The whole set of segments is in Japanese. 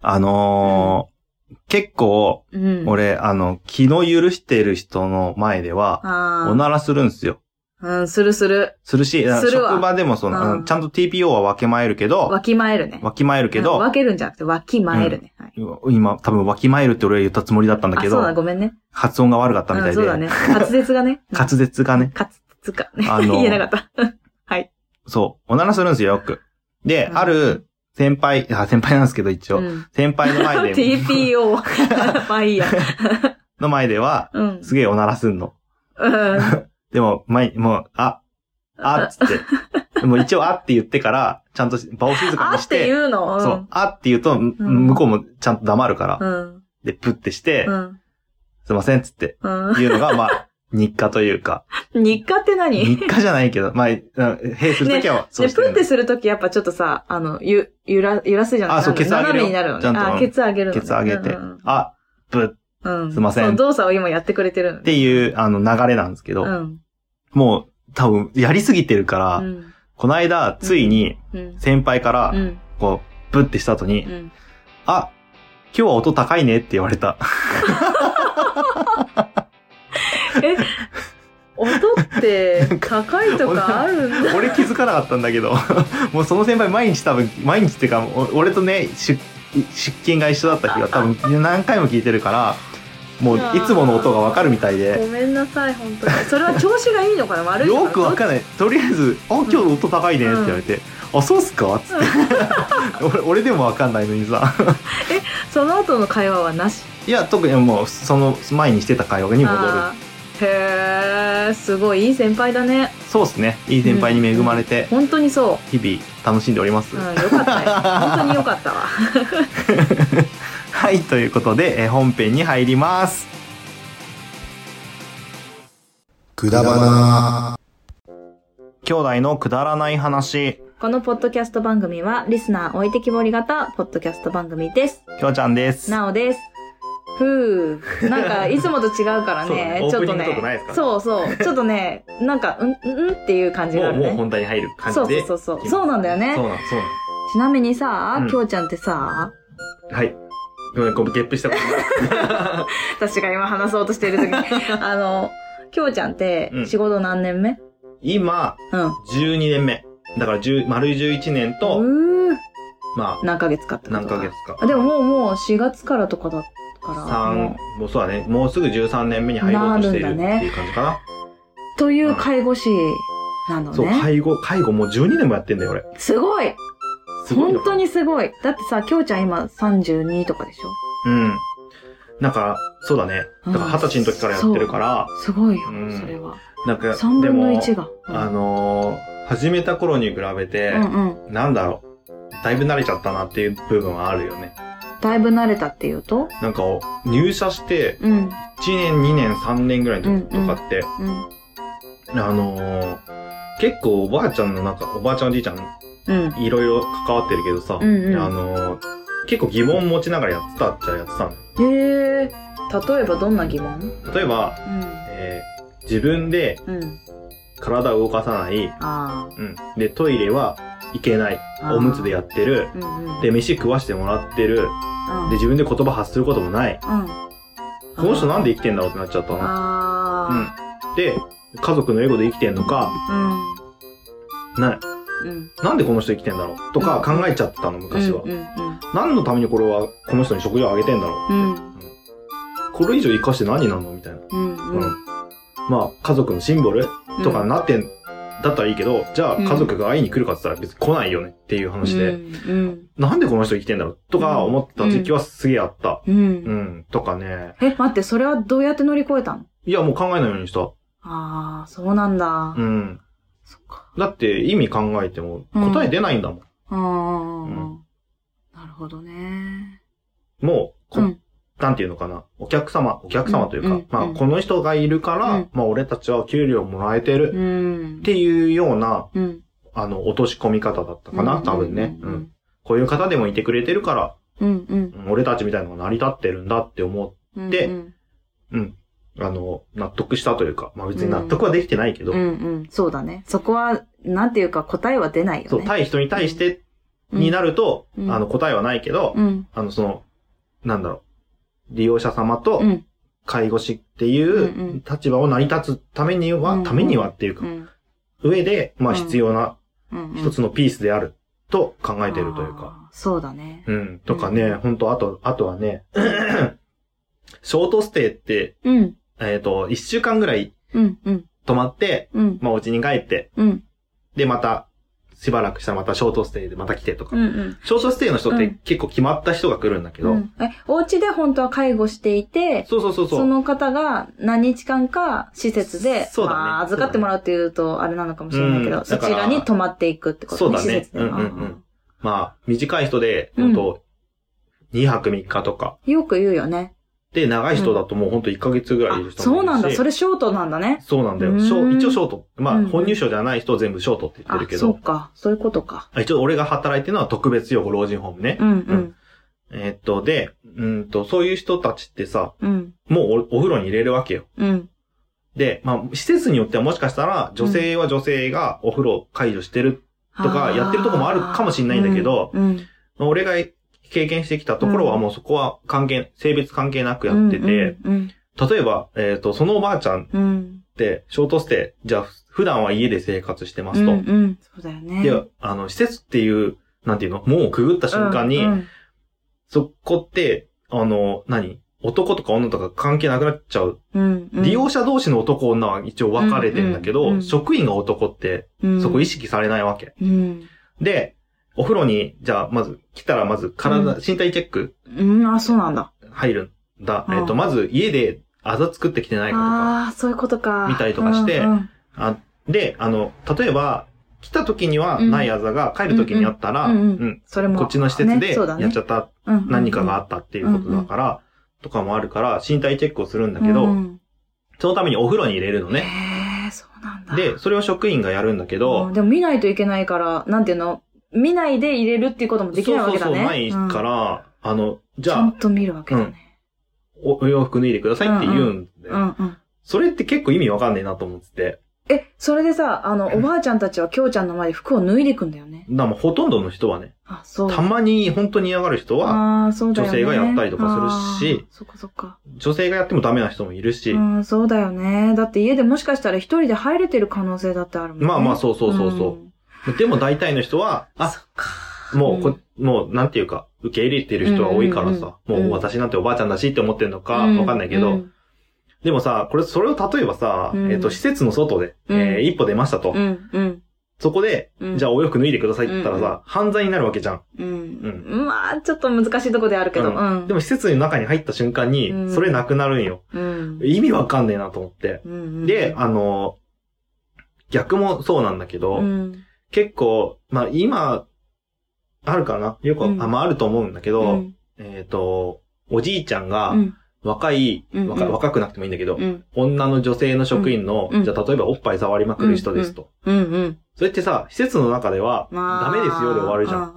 あのー結構、うん。俺、あの、気の許してる人の前では、あおならするんすよ。あ。うん、するする。するし、あするわ職場でもその、あうのんちゃんと TPO はわきまえるけどわ、きまえるね。わきまえるけうんど分、けるんじゃなくて、わきまえるね。はい。今、多分わきまえるって俺は言ったつもりだったんだけあ、そうだ、ど、ごめんね。発音が悪かったみたういん、そうだね。で、滑舌がね。 滑舌がね、滑舌か。ねあの 言えなかった。そう、おならするんですよ、よく。で、うんある、先輩、あ、先輩なんですけど一応、うん先輩の 前で、 TPO。まあいいや。の前では、うん。すげえおならすんの。うん。でも、前、もう、あ、あっつって。でも一応あって言ってから、ちゃんと場を静かあにっしてて、言うの。んそう、。あって言うと、むうん向こうもちゃんと黙るから、うん。で、プってしてう、ん。すいませんっつって、うん。言うのが、まあ、 日課というか、日課って何日課じゃないけど、まあ、うんへいするときは、そうで、してプンるってするときやっぱちょっとさ、あの、ゆ、揺ら、揺らすじゃないあそうなんだケツ上げる斜めになるのちゃんね。とあ、ケツ上げるのね。ケツ上げてうん、あ、プうんうん。すいませんそう動作を今やってくれてるのね。っていう、あの、流れなんですけうど、ん。もう、多分、やりすぎてるかうら、ん。この間、ついに、うん。先輩かうら、ん。こう、プってした後にう、ん。あ、今日は音高いねって言われた。 え、音って高いとかあるんだ。 俺気づかなかったんだけど もうその先輩毎日多分毎日っていうかお俺とね出出勤が一緒だった日は多分何回も聞いてるからもういつもの音がわかるみたいでごめんなさい、本当に。それは調子がいいのかな悪いのかなよくわかんないとりあえず「あ今日音高いね」って言われて「あそうっすか?」っつって 俺俺でもわかんないのにさその後の会話はなし。いや特にもうその前にしてた会話に戻るあーへえ、すごいいい先輩だね。そうっすねいい先輩に恵まれて本当にそ日々楽しんでおります、う。うん、よかったよ。 本当によかったわ。はいということでえ本編に入りますくだばな兄弟のくだらない話このポッドキャスト番組は、リスナー置いてきぼり型ポッドキャスト番組です。きょうちゃんですなおです。ふう。なんか、いつもと違うからそうだね、ねちょっとオープニングトークないですからね。そうそう。ちょっとね、なんか、うん、うんうんっていう感じがあるね。題に入るそうそうそうそう。そうなんだよねそ。うなん、そうちなみにさうん、きょうちゃんってさ、なん。はい。ごめん、こうゲップしたこと私が今話そうとして る時に、あの、きょうちゃんってうん仕事何年目 今、うん。 12年目。だから、10丸11年と、うーまあ、何ヶ月かってこと何ヶ月か。あでももうもう4月からとかだから。三もうそうだね。もうすぐ13年目に入ろうとしているなっるてんだねいう感じかな。という介護士なのそう、ね。介護、介護もう12年もやってんだよ、俺。すごいすごい本よ当。にすごい。だってさ、きょうちゃん今32とかでしょうん。なんか、そうだね。だから、二十歳の時からやってるから、すごいよ、うんそれは。なんか、 3で分のも、 1が。うんあのー始めた頃に比べて、うんうん。なんだろう。だいぶ慣れちゃったなっていう部分はあるよね。だいぶ慣れたっていうとなんか、入社して、うん、 1年、2年、3年ぐらいの時とうんうんかって、うん、あのー結構おばあちゃんのなんか、おばあちゃんおじいちゃん、うん。いろいろ関わってるけどさ、うんうんあのー結構疑問持ちながらやってたっちゃやってたの。へえー、例えばどんな疑問例えば、うん、えー自分でうん。体を動かさない、あうん。で、トイレは行けない。あ。おむつでやっってる。て、うんうん、で、飯食わしてもらってる。うん、で、自分で言葉発することもない。うん。この人なんでで生きてんだろうってなっちゃったの。あうあ。ん。で、家族のエゴで生きてんのか、うな、ん。うん。なんでこの人生きてんだろうとかうん考えちゃってたの、昔は。うんうん何のためにこれは、この人に食事をあげてんだろう。うん。これ以上生かして何なのみたいな。うん。う。うんん。まあ、家族のシンボルうん。とかになってん、だったらいいけど、じゃあうん家族が会いに来るかって言ったら別に来ないよねっていう話で、うん。なんでこの人生きてんだろうとか思ってた時期はすげえあった。うん。ううん。ん。とかね。え、待って、それはどうやって乗り越えたのいや、もう考えないようにした。ああ、そうなんだう。ん。そっか。だって意味考えても答え出ないんだもん。うんうんうんううん。なるほどね。もう、こうんなんていうのかな、お客様、お客様というか、うんうんまあ、うんこの人がいるから、うんまあ、俺たちは給料もらえてるうっん。ていうような、うん。あの、落とし込み方だったかな、多分ね。ううんん。こういう方でもいてくれてるから、うんうん。うん俺たちみたいなのが成り立ってるんだって思うんでうんう、あの、納得したというか、まあ、別に納得はできてないけど、うんうん。そうだね。そこは、なんていうか答えは出ないよね。そう、対人に対してっになると、うんあの、答えはないけど、うん。あの、その、なんだろう、利用者様とうん。介護士っていうんううん立場を成り立つためには、うんうんためにはっていううか、ん。上で、まあうん必要なうん。一つのピースであると考えてるというか、あー。そうだね。うん、とかね、うんほんと、あと、あとはね、 ショートステイって、うん。えっ、と、一週間ぐらいうん。うん。泊まって、うん。まあお家に帰って、うん。で、また、しばらくしたらまたショートステイでまた来てとか、うん。うん。ショートステイの人っうてん結構決まった人が来るんだけど、うんえ、お家で本当は介護していて、そうそうそうそう。その方が何日間か施設で、そうだねまあ、預かってもらうっていうとあれなのかもしれないけうど、んだそかちららに泊まっていくってことね、そうだね施設で。うんうんうんあーまあ、短い人で、う本ん当2泊3日とか。よく言うよね。で、長い人だともう本当1ヶ月ぐらいあいる、人もいるし。そうなんだ。それショートなんだね。そうなんだよ。うんショー一応ショート。まあ、うん本入賞じゃない人を全部ショートって言っあてる、けそうど。か。そういうことか。一応俺が働いてるのは特別養護老人ホームねう。んうん。えっと、で、うんと、そういう人たちってさ、うん。もうおお風呂に入れるわけよ。うん。で、まあ、施設によってはもしかしたら、女性は女性がお風呂解除してる。とかあーやってるとこもあるかもしんないんだけどうん。うん俺が経験してきたところはうんもうそこは関係、性別関係なくやってて、。うん例えば、えっ、と、そのおばあちゃんっうん。うん。て、ショートステイ、じゃあ、普段は家で生活してまうすんと。うん。そうだよね。で、あの、施設っていう、なんていうの門をくぐった瞬間に、うんうんそこって、あの、何男とか女とか関係なくなっちゃう。うんうん利用者同士の男女は一応分かれてんだけど、うんうんうん職員が男って、そこ意識されないわけ。うん。で、お風呂に、じゃあ、まず、来たらまず体、う身体チェックうん、あ、そうなんだ。入るんだ。うんえっと、まず家であざ作ってきてないかとか。ああ、そういうことか。見たりとかしてうんうんあで、あの、例えば、来た時にはないあざが帰る時にあったら、ううんん、うんそれも。こっちの施設ねでそうだねやっちゃったうんうん何かがあったっていうことだから、とかもあるから、身体チェックをするんだけうど、んそのためにお風呂に入れるのへね。え、そうなんだ。で、それを職員がやるんだけうどん、でも見ないといけないから、なんていうの見ないで入れるっていうこともできないわけそだね。うそうそう、ないから、あの、うん。じちゃゃあん、と見るわけだね。おお洋服脱いでくださいって言うんだうよ。んうん。それって結構意味わかんねえなと思ってて。え、それでさ、あの、うんおばあちゃんたちはきょうちゃんの前で服を脱いでいくんだよね。だからもうほとんどの人はね、あ、そう。たまに本当に嫌がる人は、ああ、そうだよね。女性がやったりとかするしあーそっかそっか。女性がやってもダメな人もいるし、うん、そうだよね。だって家でもしかしたら一人で入れてる可能性だってあるもんね。まあまあそうそうそうそう。んでも大体の人は、あ、そっか。もうこ、もうなんていうか、受け入れてる人が多いからさ、うんうんうんもう私なんておばあちゃんだしって思ってんのか、うわかんないけど、うんでもさ、これ、それを例えばさ、うんえっ、と、施設の外で、うんえー一歩出ましたと。うん、うん。そこで、うんじゃあお洋服脱いでくださいって言ったらさ、犯罪になるわけじゃん。うん。まあ、ちょっと難しいとこであるけど。うんうん。でも施設の中に入った瞬間に、うんそれなくなるんよ。うん、意味わかんねえなと思って。うん。で、あの、逆もそうなんだけど、うん、結構、まあ今、あるかなよく、うんあ、まああると思うんだけうど、ん、えっ、と、おじいちゃんうが、ん、若い、うん若うん若くなくてもいいんだけど、うん、女の女性の職員の、うんじゃあ例えばおっぱい触りまくる人ですと。うん、うん。それってさ、施設の中では、まダあメですよで終わるじゃん。ああ、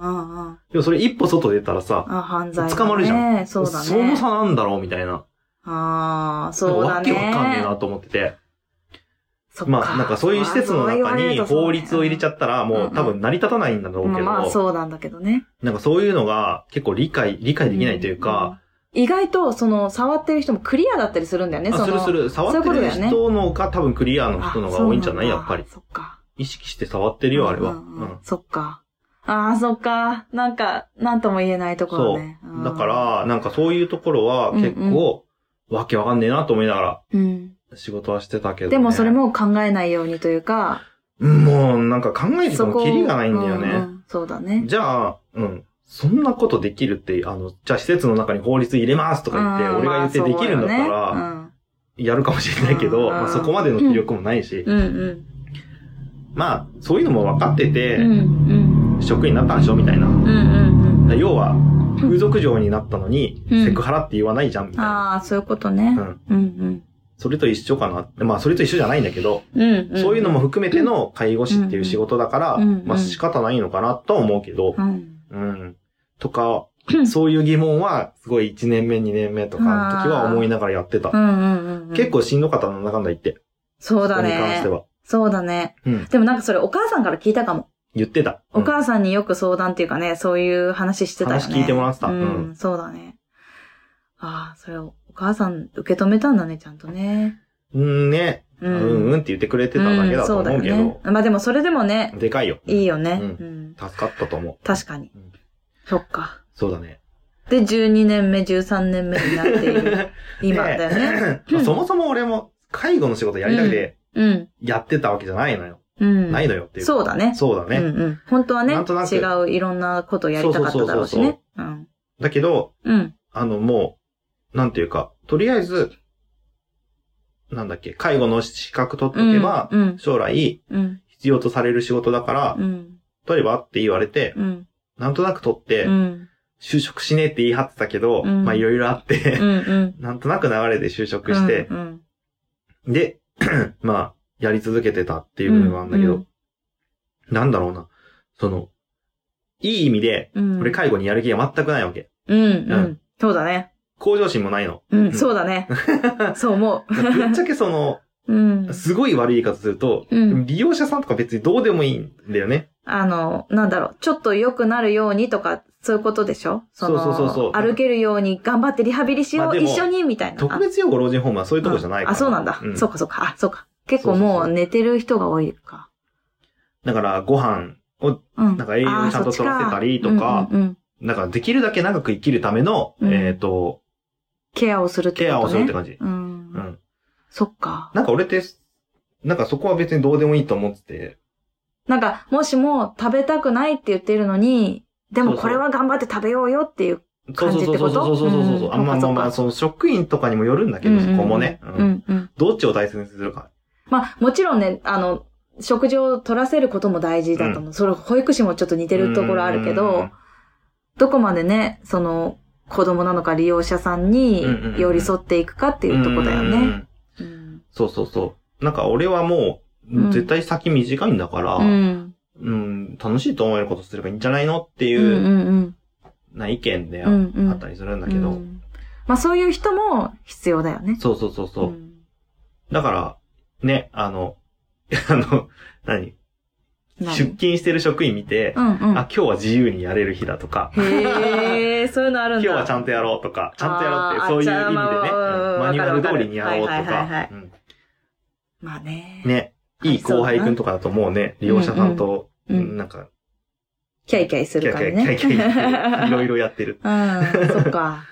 あでもそれ一歩外出たらさ、あ、ああ犯罪、ね。捕まるじゃん。そうだね。の差なんだろうみたいな。ああ、そうだね。なんかわけわかんねえなと思ってて。そっか。まあなんかそういう施設の中に法律を入れちゃっったらもう多分成り立たないんだろたうけど、まあそうなんだけどね。なんかそういうのが結構理解、理解できないというか、うん。意外と、その、触ってる人もクリアだったりするんだよね、あそするの。する、触ってそういるうことだよね人のが多分クリアの人のが多いんじゃないあやっぱり。そうなんだそっか。意識して触ってるよ、あれは。うんうんうんうそっか。ああ、そっか。なんか、なんとも言えないところね。うんん。だか、ら、なんかそういうところは結構、わけわかんねえなと思いながうん。ら仕事はしてたけど、ね。でもそれも考えないようにというか、うん、もうなんか考えててもキリがないんだよね。うんうんそうだね。じゃあ、うん。そんなことできるって、あの、じゃあ施設の中に法律入れますとか言って、うん俺が言ってできるんだったら、まあやるかもしれないけど、うんまあそこまでの気力もないし、そうだよねうんうんまあ、そういうのも分かってて、うんうん職員になったんでしょみたいな。だかうんうんら要は、風俗嬢になったのに、うんセクハラって言わないじゃんみうたん。いな。ああ、そういうことねう。ん。うんうんそれと一緒かなって。まあ、それと一緒じゃないんだけど、うんうん。そういうのも含めての介護士っていう仕事だから、うんまあ仕方ないのかなとは思うけど、うん。うん。とか、そういう疑問は、すごい1年目、2年目とかの時は思いながらやってうた。んうんうんうん。結、構しんどかったなんだかんだ言って。そうだここに関しねて。は。そうだね。うん。でもなんかそれお母さんから聞いたかも。言ってた。お母さんによく相談っていうかね、そういう話してたよね。話聞いてもらってたうう、んんそうだね。ああ、それをお母さん受け止めたんだね、ちゃんとね。うんね、う。うんんうんって言ってくれてただけだと思うけんそうどだよ、ね。まあでもそれでもね、でかいよ。いいよね。うんうん。助かったと思う。確かにうん。そっか。そうだね。で、12年目、13年目になってい る今だよね。ねまあそもそも俺も介護の仕事やりたくてうん。やってたわけじゃないのよ。うん。ないのよっていう。そうだねそうだうんね。うん。本当はね、なんとなく違ういろんなことをやりたかっただろうしね。うん。だけど、うん。あのもう、なんていうか、とりあえず、なんだっけ、介護の資格取っとけば、うん。将来うん。必要とされる仕事だからう、ん。取ればって言われて、うん。なんとなく取ってう、ん。就職しねえって言い張ってたけど、うんまあいろいろあってう、ん。うん。 なんとなく流れで就職して、うんうんで、 まあ、やり続けてたっていう部分があるんだけど、うんなんだろうな、その、いい意味で、うん、俺介護にやる気が全くないわけ。うん、ううんん。そうだね。向上心もないの。う、うんんそうだね。そう思 ぶっちゃけその、う。うん。すごい悪い言い方すると、うん利用者さんとか別にどうでもいいんだよね。あの、なんだろう、ちょっと良くなるようにとか、そういうことでしょそのそうそうそうそう歩けるように頑張ってリハビリしよまあう、でも一緒に、みたいな。特別養護老人ホームはそういうとこじゃないから。あ、そうなんだ。そうかそうか。あ、そうか。結構そうもそううそ寝てる人が多いか。だから、ご飯を、うん。なんか栄養にちゃんと取らせたりとあそっかち、うんうんうんだからできるだけ長く生きるための、うんえっ、と、ケアをするってことね。ケアをするって感じ。う。うんん。そっか。なんか俺って、なんかそこは別にどうでもいいと思ってて、なんか、もしも食べたくないって言ってるのに、でそもうそうこれは頑張って食べようよっていうそうそうそうそうそうそうそうそう、うんあんまあまあまあ、その職員とかにもよるんだけど、そこもね、ううんんうんうん。どっちを大切にするか。まあ、もちろんね、あの、食事を取らせることも大事だと思う。それ、保育士もちょっと似てるところあるけど、どこまでね、その、子供なのか利用者さんにうんうんうん寄り添っていくかってうん、いうとこだようね。ん。うん。そうそうそう。なんか俺はもう、うん絶対先短いんだから、ううん、ん。楽しいと思えることすればいいんじゃないのってういんうんう、うん。な意見であ,、うんうんったりするんだけど、うんまあ、そういう人も必要だよね。そうそうそうそう。んだから、ね、あの、 あの、何何出勤してる職員見て、うんうん。あ、今日は自由にやれる日だとか、へえ、そういうのあ今るんだ。日はちゃんとやろうとか、ちゃんとやろうっあーて、そういう意味でね、じゃあうんまあマニュアルわかるわか通るりにやろうとはいはいはいはかい、うんまあね。。ね、いい後輩くんとかだともうね、利用者さんと、うんうんうんなんか、キャイキャイすキるャからキャね。キャキャキャ言って いろいろやってる。うん、そっか。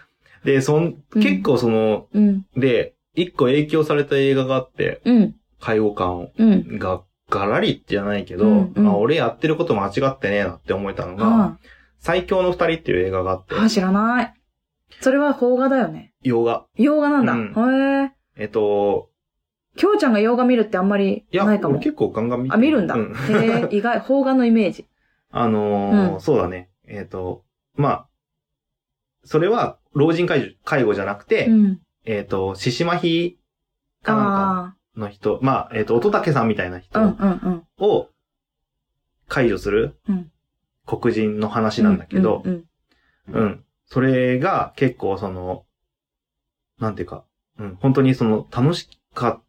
で、そん、うん結構その、うん、で、一個影響された映画があって、うん、介護官をうん。が、ガラリじゃないけど、うんうんあ俺やってること間違ってねえなって思えたのが、あ最強の二人っていう映画があってあ、、知らない。それは邦画だよね。洋画。洋画なんだ。うへえ。えっと、きょうちゃんが洋画見るってあんまりいや、ないか俺も。結構ガンガン見てあ、見るんだ。うへえ、意外、邦画のイメ ージ。あのーうんそうだね。えっ、と、まあ、それは、老人介助介護じゃなくて、うん。えっ、と、獅子麻痺かなんかあの人、まあ、えっ、と、乙武さんみたいなあ、うん、人うん、うん。を介助するうん黒人の話なんだけど、うん、うんそれが結構その、なんていうか、うん、本当にその、楽しか、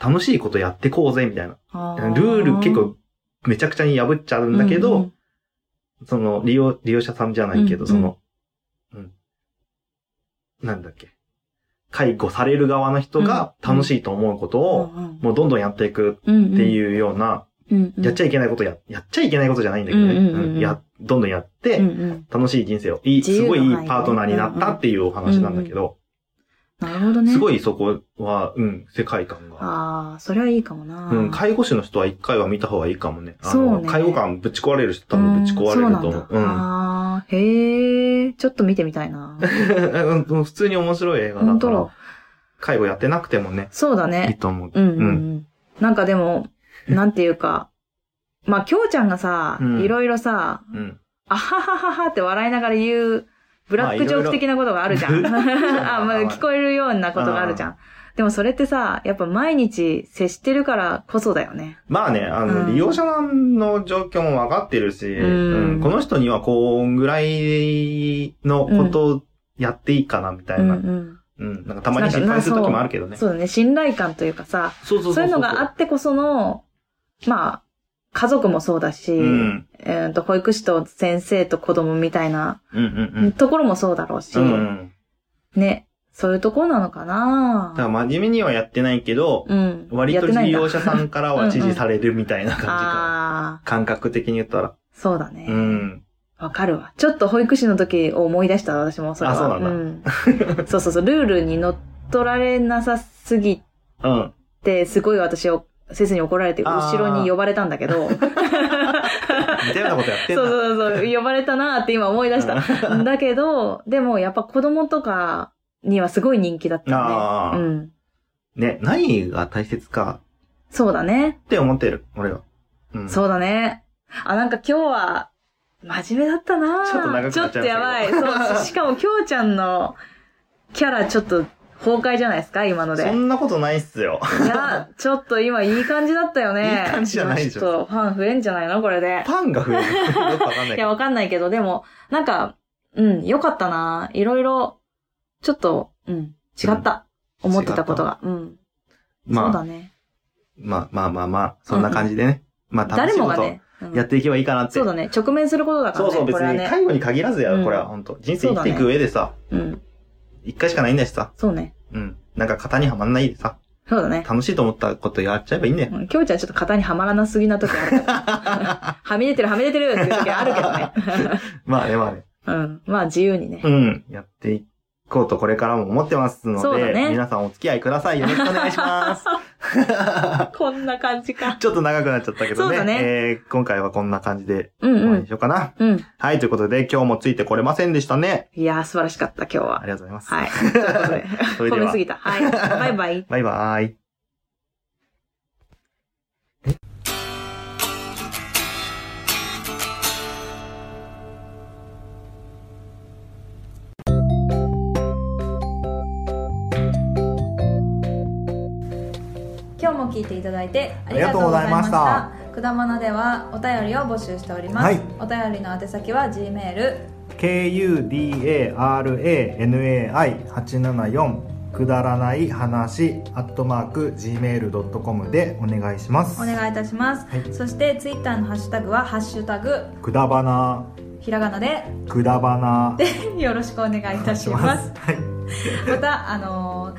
楽しいことやってこうぜ、みたいな。うん。ルール結構、めちゃくちゃに破っちゃうんだけど、うんその、利用、利用者さんじゃないけうんど、その、うん。なんだっけ。介護される側の人がうん楽しいと思うことうん、を、もうどんどんやっていくうん、っていうような、うん、うん。やっちゃいけないことや、やっちゃいけないことじゃないんだけどね。うんうんうんうんや、どんどんやっうんうて、ん。楽しい人生を、いい、自由すなごいいい範囲パートナーになったっていうお話なんだけど、なるほどね。すい。ごいそこは、うん、世界観が。ああ、それはいいかもな。うん、介護士の人は一回は見た方がいいかもね。あそのうね介護官ぶち壊れる人多分ぶち壊れると思う。うんそうなんだんああ、へえ、ちょっと見てみたい な。うんうん普通に面白い映画だ本か当ら、介護やってなくてもね、そうだいいね。と思う。うんうんうん。なんか でも、なんていうか、まあ、きょうちゃんがさう、んいろいろさ、うん。あははははって笑いながら言う、ブラックジョーク的なことがあるじゃまあいん。ろいろブラック ジョークあ、まあ、聞こえるようなことがあるじゃん。でもそれってさ、やっぱ毎日接してるからこそだよね。まあね、あうの、ん利用者さんの状況もわかってるし、うんうんこの人にはこんぐらいのことをやっていいかな、みたいな。んうん。なんかたまに失敗する時もあるけどうん。ね。そうだね、信頼感というかさ、そうそうそう。そういうのがあってこその、まあ、家族もそうだし、うんえーと、保育士と先生と子供みたいなうんうんところもそうだろうし、うん。うん。ね、そういうところなのかなだから真面目にはやってないけど、うん。割とやってない利んだ用者さんからは支持されるみたいな感じか。ああ、感覚的に言ったら。そうだねう。ん。わ、かるわ。ちょっと保育士の時を思い出した私もそれは。あそうなんだうん そうそうそう、ルールに乗っ取られなさすぎうん。て、すごい私を、先生に怒られて、あー後ろに呼ばれたんだけど、そう似たようなことやってんそうだ。そうそう、呼ばれたなーって今思い出した。だけど、でもやっぱ子供とかにはすごい人気だっあたね。ーうん。ね、何が大切かそうだね。って思ってる、俺は。うん。そうだね。あ、なんか今日は、真面目だったなちょっと長くなっちゃいましたけちょっとやばい。 そう、しかもきょうちゃんのキャラちょっと崩壊じゃないですか、今ので。そんなことないっすよ。 いや、ちょっと今いい感じだったよね。いい感じじゃないでしょちょっとファン増えんじゃないのこれで。パンが増える。 よくわかんないけいや、ど。わかんないけど、でも、なんか、うん、よかったな。いろいろ、ちょっと、うん、違った。うん思ってたことが。うん。そうだまあ、ね。まあまあまあまあ、そんな感じでね。まあ、楽誰しいもこがとね、うんやっていけばいいかなって。そうだね。直面することだかそらね。うそう、別これはにね。介護に限らずやうろ、んこれは本当人生生きていく上でさ、うん。一回しかないんだしさ、そうね。うん。なんか型にはまんないでさ、そうだね。楽しいと思ったことやっちゃえばいいん だよ。 うんきょうちゃんちょっと型にはまらなすぎな時あるから。はみ出てるはみ出てるっていう時あるけどね。 まあね、まあね。うん。まあ自由にねう。ん。やっていこうとこれからも思ってますそのうで、だね皆さんお付き合いください。よろしくお願いし ます。 こんな感じか。ちょっと長くなっちゃったけどそうね。だねえー今回はこんな感じでうん終うわりにん。しようかな。うん。はい、ということで今日もついてこれませんでしたね。いやー、素晴らしかった、今あ日は。りがとうございます。はい。ということで。 それ褒でめはす、ぎた。はい。 バイバイ。バイバーイ。今日も聞いていただいてあありりががととううごござざいいままししたたくだまなではお便りを募集しております、はいお便りの宛先は G メール kudaranai874 くだらない話アットマーク gmail.com でお願いしますお願いいたします、はいそしてツイッターのハッシュタグは「ハッシュタグくだばなひらがなでくだばな」でよろしくお願いいたしますはいまたあのー